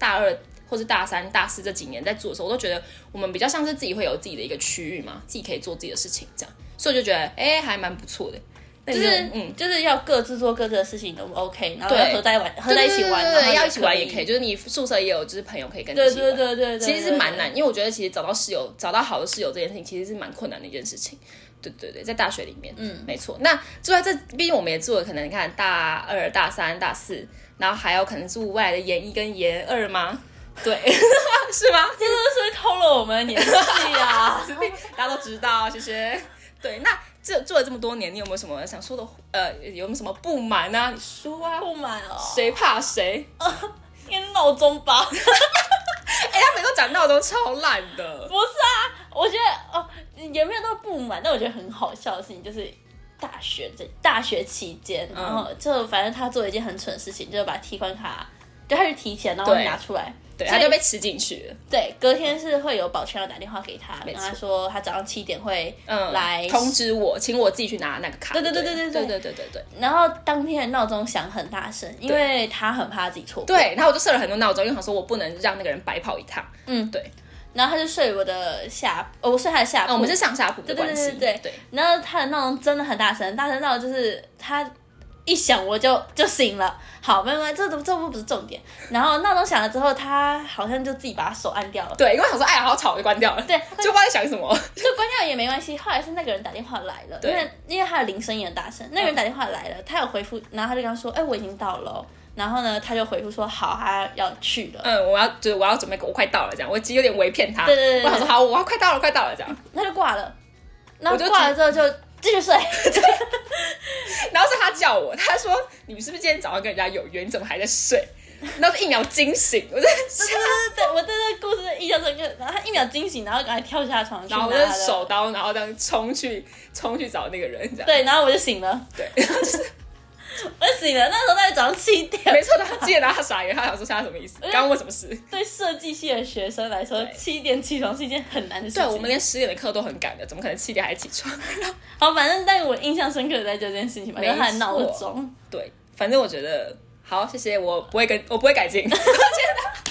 S1: 大二或是大三、大四这几年在做的时候，我都觉得我们比较像是自己会有自己的一个区域嘛，自己可以做自己的事情，这样。所以我就觉得，哎、还蛮不错的。就
S2: 就是
S1: 嗯，
S2: 就是要各自做各自的事情都 OK，然后要
S1: 对
S2: 合在玩，合
S1: 对对
S2: 在一起玩，
S1: 对
S2: 然
S1: 对
S2: 后
S1: 对，要一起玩也可
S2: 以。
S1: 以。就是你宿舍也有，就是朋友可以跟你一
S2: 对
S1: 起玩。
S2: 对对对对，
S1: 其实是蛮
S2: 对。
S1: 难，因为我觉得其实找到室友、找到好的室友这件事情，其实是蛮困难的一件事情。对对对，在大学里面，嗯，没错。那住在这，毕竟我们也住了，可能你看大二、大三、大四，然后还有可能住未来的研一跟研二吗？对， 是吗？
S2: 这就是不是偷了我们的年纪啊！
S1: 大家都知道，谢谢。对，那这住了这么多年，你有没有什么想说的？呃，有没有什么不满啊？你说啊，
S2: 不满哦，
S1: 谁怕谁？
S2: 天闹钟吧？
S1: 哎、他每次都讲闹钟超烂的。
S2: 不是啊，我觉得哦，也没有到不满，但我觉得很好笑的事情就是。大学这大学期间，
S1: 嗯
S2: 然后就反正他做了一件很蠢的事情，就是把提款卡，就他去提钱，然后
S1: 对
S2: 拿出来，
S1: 对，
S2: 所
S1: 他
S2: 以
S1: 就被吃进去了。
S2: 对，隔天是会有保全要打电话给他，
S1: 没
S2: 跟
S1: 错
S2: 他说他早上七点会
S1: 嗯，
S2: 来
S1: 通知我，请我自己去拿那个卡。
S2: 对对对
S1: 不
S2: 对对
S1: 对
S2: 对
S1: 对对对对。
S2: 然后当天的闹钟响很大声，因为他很怕自己错过。，
S1: 对，然后我就设了很多闹钟，因为想说我不能让那个人白跑一趟。
S2: 嗯
S1: 对。
S2: 然后他就睡我的下，哦，我睡他的下铺。
S1: 那我们是上下铺的
S2: 对对
S1: 关系，
S2: 对对对然后他的闹钟真的很大声，大声到就是他一响我就就醒了。好，没有没有，这这不不是重点。然后闹钟响了之后，他好像就自己把手按掉了。
S1: 对因为我想说哎呀好吵，我就关掉了。
S2: 对，
S1: 就不知道在想什么。
S2: 就关掉也没关系。后来是那个人打电话来了，因
S1: 对
S2: 为因为他的铃声也很大声，那个人打电话来了，他有回复，然后他就跟他说：“哎、我已经到了哦。”然后呢，他就回复说：“好，他要去了。”
S1: 嗯，我要就是我要准备，我快到了这样，我其实有点围骗他。
S2: 对对对对
S1: 我想说好，我要快到了，快到了这样。
S2: 他就挂了。然
S1: 我
S2: 后
S1: 就
S2: 挂了之后就 继续睡，
S1: 然后是他叫我，他说你们是不是今天早上跟人家有约？你怎么还在睡？然后就一秒惊醒， 我就
S2: 对，我对这个故事印象深刻。然后他一秒惊醒，然后赶快跳下床去
S1: 然
S2: 拿
S1: 后我
S2: 他
S1: 就
S2: 的
S1: 手刀，然后这样冲去冲去找那个人，这样
S2: 对，然后我就醒了，
S1: 对。
S2: 我就醒了。那时候大概早上七点，
S1: 没错，他记得他傻眼，他想说现在什么意 思？刚刚问什么事？
S2: 对设计系的学生来说，
S1: 对
S2: 七点起床是一件很难的事情。
S1: 对我们连十点的课都很赶的，怎么可能七点还起 床？
S2: 好，反正但我印象深刻的在这件事情吧，
S1: 没
S2: 就
S1: 错
S2: 他的闹钟。
S1: 对，反正我觉得好，谢谢，我不会跟我不会 改进。我觉得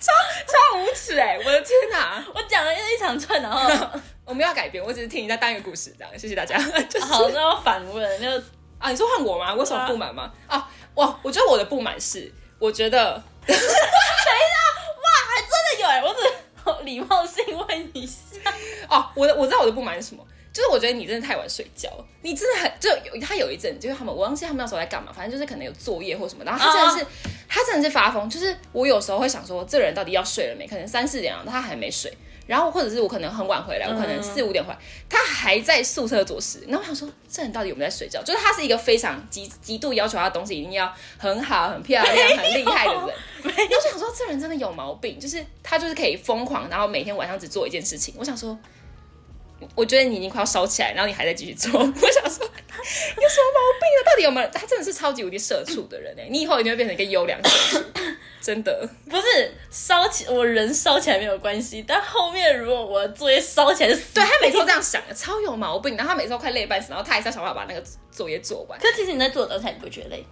S1: 超超无耻哎、我的天哪、
S2: 我讲了一长串，然后
S1: 我们要改变，我只是听你在当一个故事这样，谢谢大家。 就是
S2: 好，那我反问，就哎
S1: 啊，你说换我吗？我有什么不满吗？啊，哇，我觉得我的不满是，我觉得
S2: 还啊真的有哎、我只礼貌性问一下，
S1: 哦，我的我知道我的不满是什么，就是我觉得你真的太晚睡觉了，你真的很就有他有一阵就是他们我忘记他们那时候在干嘛，反正就是可能有作业或什么，然后他真的是、他真的是发疯，就是我有时候会想说这个人到底要睡了没？可能三四点了，他还没睡，然后或者是我可能很晚回来，我可能四五点回来，他还在宿舍做事，然后我想说这人到底有没有在睡觉？就是他是一个非常极极度要求他的东西一定要很好、很漂亮、很厉害的人，然后我想说这人真的有毛病，就是他就是可以疯狂，然后每天晚上只做一件事情，我想说。我觉得你已经快要烧起来，然后你还在继续做。 我想说，有什么毛病啊？到底有没有？他真的是超级无敌社畜的人哎、你以后一定会变成一个优良社畜，真的。
S2: 不是烧起我人烧起来没有关系，但后面如果我的作业烧起来是死
S1: 对他每次都这样想，超有毛病。然后他每次都快累半死，然后他还是要想办法把那个作业做完。
S2: 可其实你在做的当下，你不会觉得累，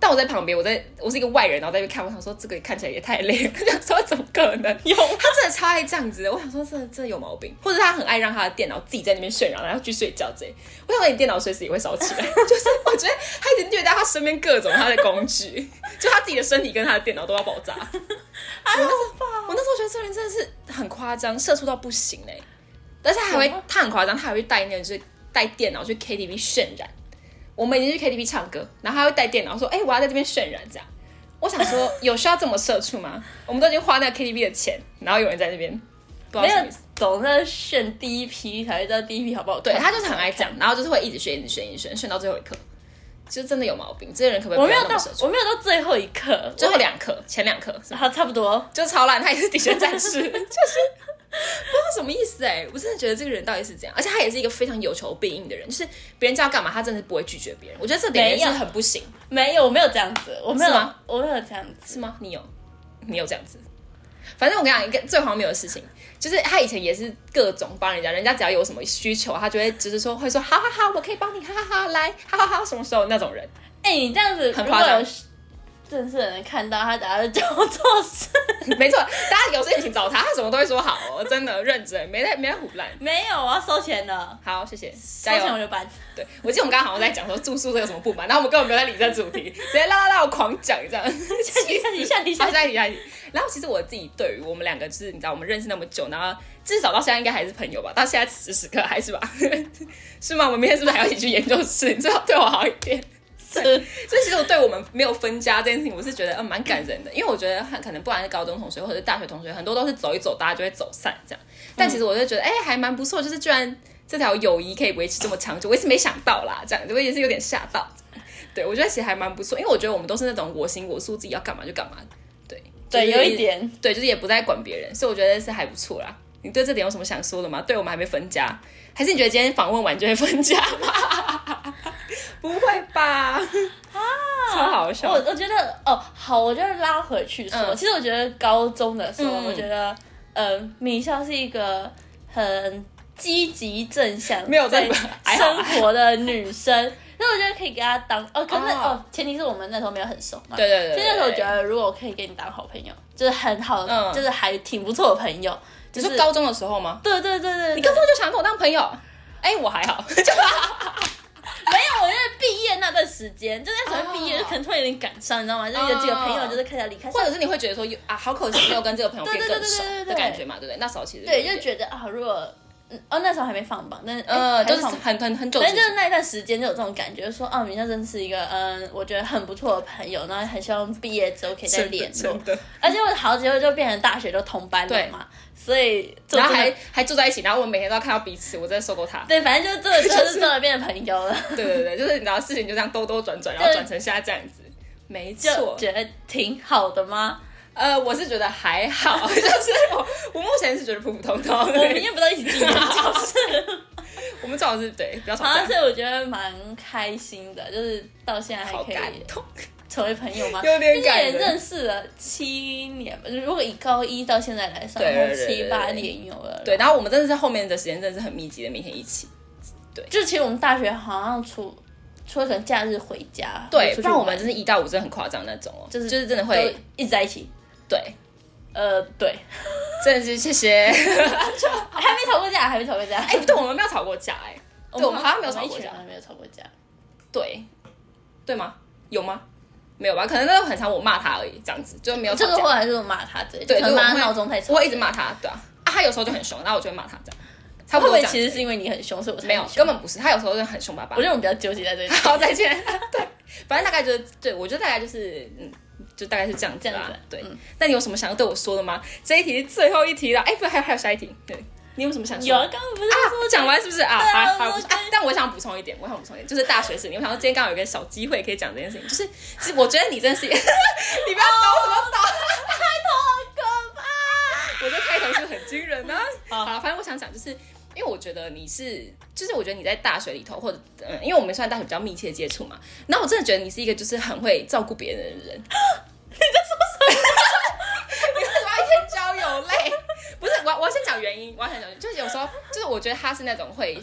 S1: 但我在旁边，我在我是一个外人，然后在那边看，我想说这个看起来也太累了， 我想说怎么可能？
S2: 有
S1: 他真的超爱这样子的，我想说这这有毛病，或者他很爱让他的电脑自己在那边渲染，然后去睡觉之类。我想说你电脑随时也会烧起来， 就是我觉得他一直虐待他身边各种他的工具，就他自己的身体跟他的电脑都要爆炸。
S2: 还好吧？
S1: 我那时候觉得这个人真的是很夸张，社畜到不行哎、但是他还会
S2: 什么，
S1: 他很夸张，他还会带那个就是带电脑去 KTV 渲染。我们已经去 KTV 唱歌，然后他会带电脑说：“哎、我要在这边渲染。”这样，我想说，有需要这么社畜吗？ 我们都已经花那个 KTV 的钱，然后有人在那边，不知道
S2: 没
S1: 什么
S2: 有
S1: 意思。
S2: 懂得选第一批才会知道第一批好不好看。
S1: 对他就是很爱讲，然后就是会一直炫，一直炫，一直炫，炫到最后一刻，就真的有毛病。这个人可不可以
S2: 我
S1: 不
S2: 没
S1: 要
S2: 有
S1: 那
S2: 到
S1: 么社畜？
S2: 我没有到最后一刻，
S1: 最后两刻，前两刻是吧
S2: 好差不多。
S1: 就超烂，他也是底线战 士，就是不知道什么意思哎、我真的觉得这个人到底是怎样，而且他也是一个非常有求必应的人，就是别人叫他干嘛，他真的不会拒绝别人。我觉得这点也
S2: 没
S1: 是
S2: 有
S1: 很不行，
S2: 没有，我没有这样子，我没有
S1: 是吗，
S2: 我没有这样子。
S1: 是吗？你有，你有这样子。反正我跟你讲一个最荒谬的事情，就是他以前也是各种帮人家，人家只要有什么需求，他就会只是说会说好好好，我可以帮你，哈哈哈，来，哈哈哈，什么时候那种人，
S2: 哎、你这样子，
S1: 很
S2: 如
S1: 夸
S2: 果
S1: 张
S2: 有正式的人看到他，等下就叫我做 事。
S1: 没错，大家有事情找他，他什么都会说好哦，真的认真，没在没在胡乱。
S2: 没有，我要收钱的，
S1: 好，谢谢，
S2: 收
S1: 加油
S2: 钱我。就搬。
S1: 对，我记得我们刚刚好像在讲说住宿这有什么不满，然后我们根本没有在理这主题，直接拉拉拉我狂讲这样。
S2: 下一题下一题下一题
S1: 好，
S2: 下一题
S1: 下一题，下一题。然后其实我自己对于我们两个，就是你知道我们认识那么久，然后至少到现在应该还是朋友吧，到现在此时此刻还是吧， 是吗？我们明天是不是还要一起去研究室？你最好对我好一点。
S2: 是
S1: 所以其实我对我们没有分家这件事情，我是觉得嗯蛮感人的，因为我觉得很可能不管是高中同学或者是大学同学，很多都是走一走，大家就会走散这样。
S2: 嗯
S1: 但其实我就觉得哎、还蛮不错，就是居然这条友谊可以维持这么长久，我也是没想到啦，这样我也是有点吓到。对，我觉得其实还蛮不错，因为我觉得我们都是那种我行我素，自己要干嘛就干嘛的。对，
S2: 对，
S1: 就是
S2: 有一，点。
S1: 对，就是也不再管别人，所以我觉得是还不错啦。你对这点有什么想说的吗？对我们还没分家，还是你觉得今天访问完就会分家吗？ 不会吧？啊，超好笑
S2: 我。我觉得哦，好，我就是拉回去说，
S1: 嗯
S2: 其实我觉得高中的时候，
S1: 嗯
S2: 我觉得呃，米校是一个很积极正向，
S1: 没有在
S2: 在
S1: 还好还
S2: 生活的女生，那我觉得可以给她当哦，可是
S1: 哦
S2: 哦前提是我们那时候没有很熟嘛。
S1: 对对对对
S2: 所以那时候我觉得，如果我可以跟你当好朋友，就是很好，
S1: 嗯
S2: 就是还挺不错的朋友，就
S1: 你说
S2: 是
S1: 高中的时候吗？
S2: 对对对对，
S1: 你
S2: 你
S1: 高中就想跟我当朋友？哎、我还好， 就
S2: 没有，我就是毕业那段时间，就那时候毕业，
S1: 哦
S2: 就可能突然有点感伤，你知道吗？就有几个朋友就是开始离开，
S1: 或者是你会觉得说有啊，好可惜没有跟这个朋友变更熟
S2: 对对对对对
S1: 的
S2: 对
S1: 感觉嘛，对不对？那时候其实有
S2: 对，
S1: 一
S2: 就
S1: 点
S2: 觉得啊，如果嗯哦那时候还没放榜，但哎是
S1: 呃，就是
S2: 放榜
S1: 很很很久之
S2: 反
S1: 前，
S2: 正就是那一段时间就有这种感觉，就说啊，明孝真是一个嗯，我觉得很不错的朋友，然后很希望毕业之后可以再联络
S1: 真，的，
S2: 而且我好几个就变成大学就同班了嘛，所以就
S1: 然后
S2: 真的
S1: 还还住在一起，然后我们每天都要看到彼此，我真的受够他。
S2: 对，反正就真的就是真的变成朋友 了，
S1: 对对对，就是你知道事情就这样兜兜转转，然后
S2: 对
S1: 转成现在这样子，没
S2: 就
S1: 错。
S2: 觉得挺好 的吗？
S1: 呃，我是觉得还好， 就是我我目前是觉得普普通通。
S2: 我们也不到一起进研究室。
S1: 我们最好是对不要吵
S2: 好像
S1: 架，
S2: 是我觉得蛮开心的，就是到现在还
S1: 好
S2: 可
S1: 感
S2: 以
S1: 动，
S2: 成为朋友嘛。
S1: 有点感
S2: 也
S1: 人
S2: 认识了七年吧，如果以高一到现在来算，
S1: 对对
S2: 然后
S1: 对对
S2: 七
S1: 对
S2: 八
S1: 对
S2: 年有了。
S1: 对，，然后我们真的是后面的时间真的是很密集的，每天一起。
S2: 就其实我们大学好像除除了可能假日回家，
S1: 对，
S2: 出
S1: 不
S2: 去
S1: 然我们
S2: 玩
S1: 真是一到五真的很夸张那种哦，
S2: 就是
S1: 就是真的
S2: 都
S1: 会
S2: 一直在一起。
S1: 对，
S2: 呃，对，
S1: 真的是谢谢。
S2: 还没吵过架，还没吵过架。
S1: 哎、对，我们没有吵过架哎、对我们好像没有吵
S2: 我
S1: 过
S2: 们一群
S1: 架
S2: 人，没有吵过架。
S1: 对，对吗？有吗？没有吧？可能那个很常我骂他而已，这样子就没有吵
S2: 这个后
S1: 架。
S2: 来就是我骂他之类，
S1: 对，
S2: 可
S1: 就
S2: 能
S1: 我
S2: 骂
S1: 会
S2: 他闹钟太吵。
S1: 我会一直骂他，对啊，啊，他有时候就很凶，然后我就会骂他这样。差不
S2: 会
S1: 多
S2: 不会
S1: 这样
S2: 其实
S1: 子。
S2: 是因为你很凶，所以我才
S1: 没有
S2: 很，凶
S1: 根本不是，他有时候就很凶巴巴
S2: 我。觉得我们比较纠结在这里，
S1: 好，再见。 对，反正大概就是，对我觉得大概就是，嗯，就大概是这样子
S2: 这样
S1: 啦
S2: 子。
S1: 对
S2: 嗯，
S1: 那你有什么想要对我说的吗？这一题是最后一题了，哎，不，还有还有下一题。对，你有什么想说
S2: 有
S1: 的？
S2: 啊，刚刚不是
S1: 啊，我讲完是不是啊？
S2: 对啊
S1: 好好
S2: 我
S1: 好
S2: 觉得
S1: 啊但我想补充一点，我想补充一点，就是大学时，你我想到今天刚好有一个小机会可以讲这件事情，就是其实我觉得你真的是，你不 要抖什么抖，我这开头是不是很惊人呢、
S2: 好
S1: 好了，啊反正我想讲就是。因为我觉得你是，就是我觉得你在大学里头，或者嗯，因为我们算大学比较密切接触嘛，然后我真的觉得你是一个就是很会照顾别人的人。你在 说什么？你为什么要一天交友类？ 不是，我我先讲原因，我要先讲原因，就是有时候，就是我觉得他是那种会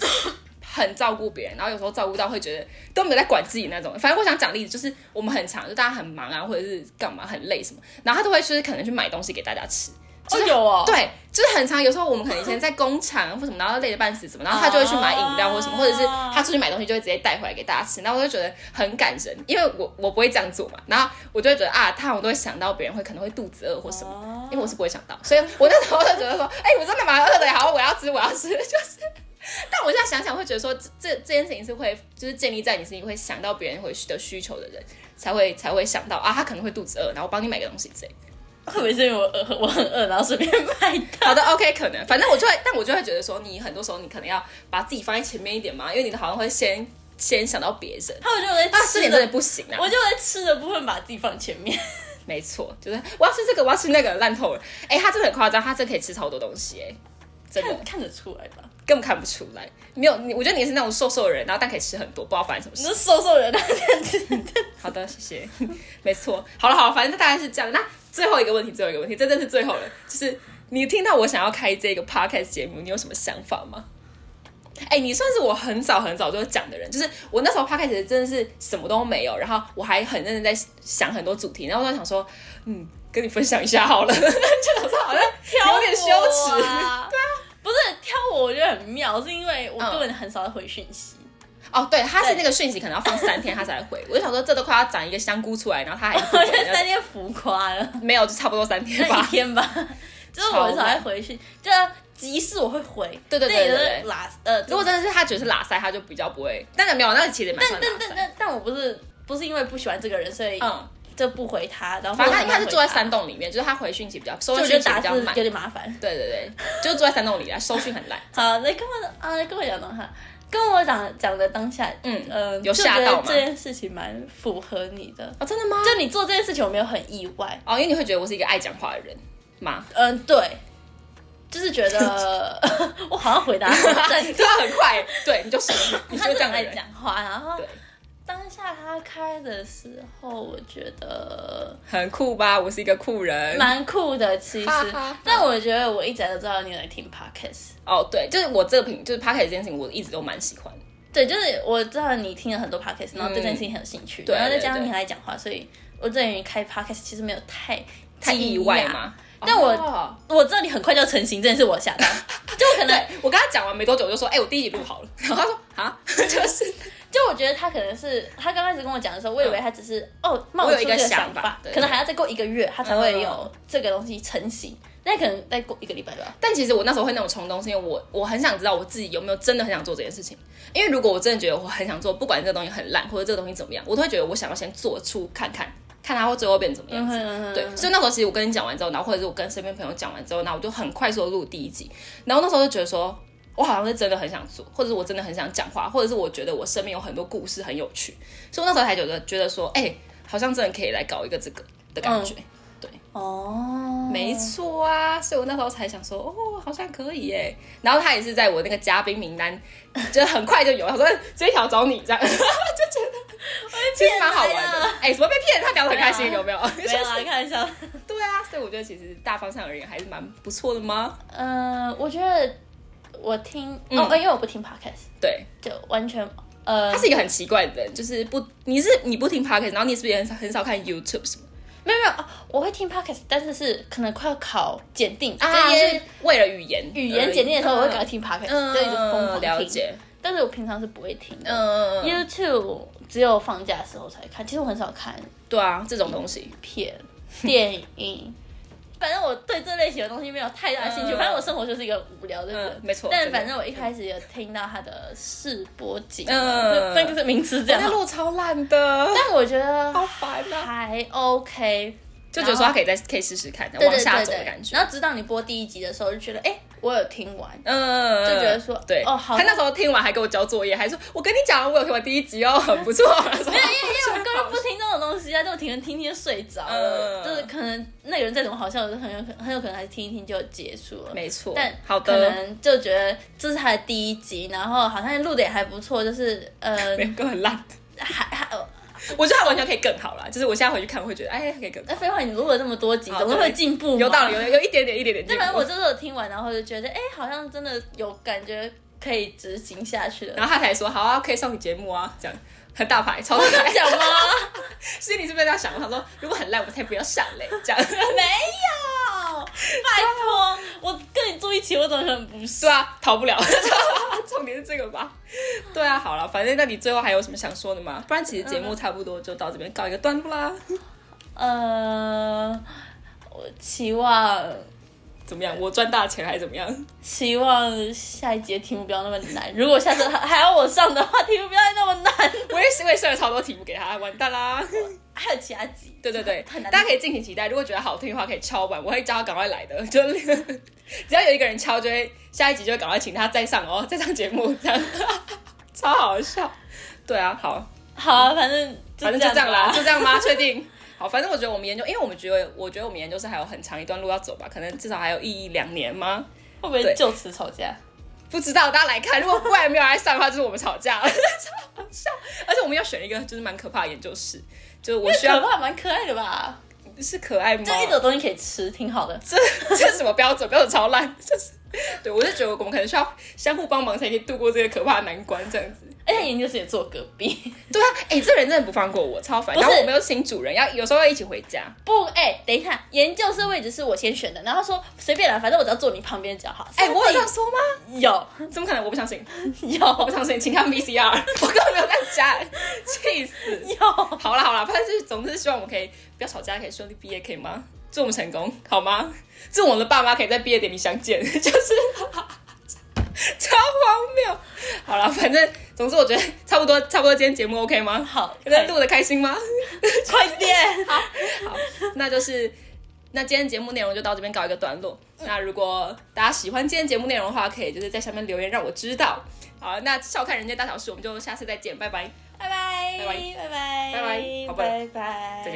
S1: 很照顾别人，然后有时候照顾到会觉得都没有在管自己那种。反正我想讲例子，就是我们很常就大家很忙啊，或者是干嘛很累什么，然后他都会就是可能去买东西给大家吃。就
S2: 哦
S1: 是
S2: 有哦，
S1: 对，就是很常有时候我们可能以前在工厂啊或什么，然后累得半死什么，然后他就会去买饮料或什么，
S2: 啊
S1: 或者是他出去买东西就会直接带回来给大家吃，然后我就觉得很感人，因为我我不会这样做嘛，然后我就会觉得啊，他我都会想到别人会可能会肚子饿或什么，
S2: 哦
S1: 因为我是不会想到，所以我那时候就觉得说，哎、我真的蛮饿的，好，我要吃，我要吃， 就是。但我现在想想，会觉得说这这这件事情是会，就是建立在你是一个会想到别人会的需求的人，才会才会想到啊，他可能会肚子饿，然后我帮你买个东西之类的。
S2: 会不会是因为我饿，我很饿，然后随便买的？
S1: 好的，OK，可能，反正我就会，但我就会觉得说，你很多时候你可能要把自己放在前面一点嘛，因为你好像会先先想到别人。
S2: 他我就在
S1: 啊，这
S2: 吃
S1: 点真的
S2: 的，
S1: 不行啊！
S2: 我就在吃的部分把自己放前面。
S1: 没错，就是我要吃这个，我要吃那个，烂透了。哎、他真的很夸张，他真的可以吃超多东西、哎， 真的
S2: 看看得出来吧？
S1: 根本看不出来。没有，你我觉得你是那种瘦瘦的人，然后但可以吃很多，不知道发生什么
S2: 你
S1: 事。
S2: 说瘦 瘦人啊，这样子，
S1: 好的，谢谢。 没错，好了好了，反正大概是这样。那最后一个问题，最后一个问题，这真的是最后了，就是你听到我想要开这个 podcast 节目，你有什么想法吗？哎、你算是我很早很早就讲的人，就是我那时候 podcast 真的是什么都没有，然后我还很认真在想很多主题，然后我就想说，嗯，跟你分享一下好了，就 想说好像有点羞耻。
S2: 对啊，不是挑我，我觉得很妙，是因为我根本很少回讯息。
S1: 哦，对，他是那个讯息可能要放三天他才回，我就想说这都快要长一个香菇出来，然哦后他还 不
S2: 我
S1: 回
S2: 觉得三天浮夸了，
S1: 没有，就差不多三天
S2: 那
S1: 吧
S2: 一。天吧，就是我很少在回去，就是即使我会回，
S1: 对对对对
S2: 那
S1: 对
S2: 也是拉呃，
S1: 如果真的是他觉得是拉塞，他就比较不会。但是没有，那其实也蛮
S2: 但
S1: 算
S2: 但
S1: 拉
S2: 但
S1: 塞。
S2: 但但我不是不是因为不喜欢这个人，所以
S1: 嗯，
S2: 就不回他，然后
S1: 反正他应该是
S2: 我
S1: 住在
S2: 慢慢回他
S1: 山洞里面，就是他回讯息比较收
S2: 就我觉
S1: 讯
S2: 得
S1: 息
S2: 打
S1: 比较
S2: 字有
S1: 慢。对
S2: 点麻烦。
S1: 对对，就是住在山洞里啊，收讯很烂。
S2: 好，那跟我啊，跟我讲的哈，跟我讲讲的当下，
S1: 嗯
S2: 嗯，
S1: 有
S2: 就
S1: 吓
S2: 觉得
S1: 到吗
S2: 这件事情蛮符合你的，
S1: 哦，真的吗？
S2: 就你做这件事情，我没有很意外。
S1: 哦，因为你会觉得我是一个爱讲话的人嘛。
S2: 嗯，对，就是觉得 我好像回答很正
S1: 对啊，很快，对，你就是你就是
S2: 他
S1: 这样
S2: 很
S1: 的
S2: 爱
S1: 人。
S2: 讲话，然后
S1: 对
S2: 当下他开的时候，我觉得
S1: 很酷吧？我是一个酷人。
S2: 蛮酷的，其实
S1: 哈哈哈。
S2: 但我觉得我一直都知道你有在听 podcast，
S1: 哦，对，就是我这个品，就是 p o c a s t 这件事情，我一直都蛮喜欢。
S2: 对，就是我知道你听了很多 podcast，然后对这件事情很有兴趣，
S1: 对
S2: 然后再加
S1: 嗯对
S2: 上
S1: 对
S2: 你还讲话，所以我对于开 podcast 其实没有太
S1: 太意外
S2: 惊讶。
S1: 吗？
S2: 但我
S1: 哦
S2: 我知道你很快就要成型，这件事我吓到，就可能
S1: 对我跟他讲完没多久，我就说，哎，我第一集录好了。然后他说， 啊，就是
S2: 就我觉得他可能是他刚开始跟我讲的时候，我以为他只是、哦冒
S1: 嗯我有
S2: 出
S1: 一
S2: 这
S1: 个
S2: 个
S1: 想
S2: 想
S1: 法对
S2: 可能还要再过一个月，他才
S1: 嗯
S2: 会有这个东西成型。那可能再过一个礼拜吧。
S1: 但其实我那时候会那种冲动，是因为我我很想知道我自己有没有真的很想做这件事情。因为如果我真的觉得我很想做，不管这个东西很烂或者这个东西怎么样，我都会觉得我想要先做出看看，看它会最后变成怎么样子。对，
S2: 嗯
S1: 所以那时候其实我跟你讲完之后，然后或者是我跟身边朋友讲完之后，然后我就很快速的录第一集，然后那时候就觉得说。我好像是真的很想做，或者是我真的很想讲话，或者是我觉得我身边有很多故事很有趣，所以我那时候才觉得觉得说，哎、好像真的可以来搞一个这个的感觉。
S2: 嗯哦，
S1: 没错啊，所以我那时候才想说，哦，好像可以耶。然后他也是在我那个嘉宾名单，就是很快就有，他说这一条找你这样，就 觉得其实蛮好玩的。哎、怎么被骗？他聊得很开心，
S2: 对啊
S1: 有没有？
S2: 没有啦，开玩笑。
S1: 对啊，所以我觉得其实大方向而言还是蛮不错的嘛。
S2: 嗯、我觉得我听、
S1: 嗯
S2: 哦，因为我不听 podcast，
S1: 对，
S2: 就完全呃
S1: 他是一个很奇怪的人，就是不，你是你不听 podcast，然后你是不是也很少很少看 YouTube 什么
S2: 没有没有、哦，我会听 podcast，但是是可能快要考检定，
S1: 啊？
S2: 这些
S1: 是为了语言
S2: 语言检定的时候，我会赶快
S1: 感
S2: 听 podcast，、
S1: 嗯，
S2: 所以就疯狂
S1: 了
S2: 听。
S1: 解，
S2: 但是我平常是不会听的。
S1: 嗯嗯嗯，
S2: YouTube 只有放假的时候才看，其实我很少看
S1: 对啊，这种东西，
S2: 片、电影。反正我对这类型的东西没有太大兴趣，
S1: 嗯
S2: 反正我生活就是一个无聊的人。
S1: 嗯没错
S2: 但
S1: 真的
S2: 反正我一开始有听到他的试播集，
S1: 嗯
S2: 嗯，那个是名词这样
S1: 那。路超烂的，
S2: 但我觉得
S1: 好烦啊！
S2: 还 OK，
S1: 就觉得说他可以再可以试试看，
S2: 对
S1: 往
S2: 对
S1: 下
S2: 对
S1: 走的
S2: 对
S1: 感。觉。
S2: 然后直到你播第一集的时候，就觉得哎，我有听完，
S1: 嗯，
S2: 就觉得说
S1: 对，
S2: 哦好
S1: 他那时候听完还给我交作业，还说：“我跟你讲，我有听完第一集哦，很不 错。”没有，
S2: 因为我根本不听这种东西啊，就听听听就睡着
S1: 嗯
S2: 了，就是可能那个人再怎么好笑，我就很有可很有可能还是听一听就结束了。
S1: 没错，
S2: 但
S1: 好
S2: 可
S1: 的，
S2: 能就觉得这是他的第一集，然后好像录的也还不错，就是呃，
S1: 没有更很烂，
S2: 还还呃
S1: 我觉得他完全可以更好啦。就是我现在回去看，我会觉得哎，可以更好
S2: 那废话，你录了那么多集，
S1: 哦
S2: 总是
S1: 对
S2: 会进步嘛
S1: 有道理，有有一点点一点点进
S2: 对，
S1: 步。
S2: 反正我就是有听完，然后就觉得，哎、好像真的有感觉可以执行下去了。
S1: 然后他才说：“好啊，可以上你节目啊。”这样很大牌，超大 牌。
S2: 讲吗？
S1: 心里是不是在想？我想说，如果很烂，我才不要上嘞。这样
S2: 没有，拜托，我跟你住一起，我怎么可能不是？
S1: 对啊，逃不了。 重点是这个吧？对啊，好了，反正那你最后还有什么想说的吗？不然其实节目差不多就到这边告一个段落啦。
S2: 呃，我期望
S1: 怎么样？我赚大钱还是怎么样？
S2: 期望下一节题目不要那么难。如果下次还还要我上的话，题目不要那么难。
S1: 我也是，我也设了超多题目给他，完蛋啦！
S2: 还有其他集，
S1: 对对对，
S2: 很
S1: 大
S2: 难
S1: 家可以敬请期待。如果觉得好听的话，可以敲碗，我会叫他赶快来的。 就只要有一个人敲，就会下一集就会赶快请他再上哦，再上节目这样， 超好笑。对啊，好，
S2: 好啊，反正
S1: 反正就这样啦，
S2: 吧
S1: 就这样 吗？确定？好，反正我觉得我们研究，因为我们觉得，我觉得我们研究生还有很长一段路要走吧，可能至少还有一两年吗？
S2: 会不会
S1: 对
S2: 就此吵架？
S1: 不知道，大家来看。如果不然没有来上的话，就是我们吵架 了，超好笑。而且我们要选一个就是蛮可怕的研究室，就是我需
S2: 可
S1: 要
S2: 怕，蛮可爱的吧？
S1: 是可爱吗？
S2: 就一种东西可以吃，挺好的。
S1: 这 这是什么标准？标准超烂， 就是对我就觉得我们可能需要相互帮忙才可以度过这个可怕的难关，这样子。
S2: 而且研究室也坐隔壁，
S1: 对啊，哎、这人真的不放过我，超烦。
S2: 不
S1: 然
S2: 是
S1: 后我们又是新主人，要有时候要一起回家。
S2: 不，哎、等一下，研究室位置是我先选的，然后他说随便啦，反正我只要坐你旁边就好。
S1: 哎、
S2: 是
S1: 我有
S2: 自
S1: 这
S2: 己
S1: 样说吗？
S2: 有
S1: 怎么可能？我不相信，我不
S2: 有
S1: 相信，请看 VCR，我啊 根本没有在家， 气死。
S2: 有，
S1: 好啦好啦，反正就是总之希望我们可以不要吵架，可以顺利毕业，可以吗？祝我们成功，好吗？祝我们的爸妈可以在毕业典礼相见， 就是超荒谬。好啦，反正总之我觉得差不多，差不多今天节目 OK 吗？
S2: 好，
S1: 有在
S2: 快
S1: 录的开心吗？
S2: 快点，
S1: 那就是那今天节目内容就到这边告一个段落。那如果大家喜欢今天节目内容的话，可以就是在下面留言让我知道。好，那笑看 人间大小事，我们就下次再见，拜拜。
S2: 拜拜，
S1: 拜拜
S2: 拜拜，
S1: 拜拜好拜
S2: 拜拜，
S1: 再见。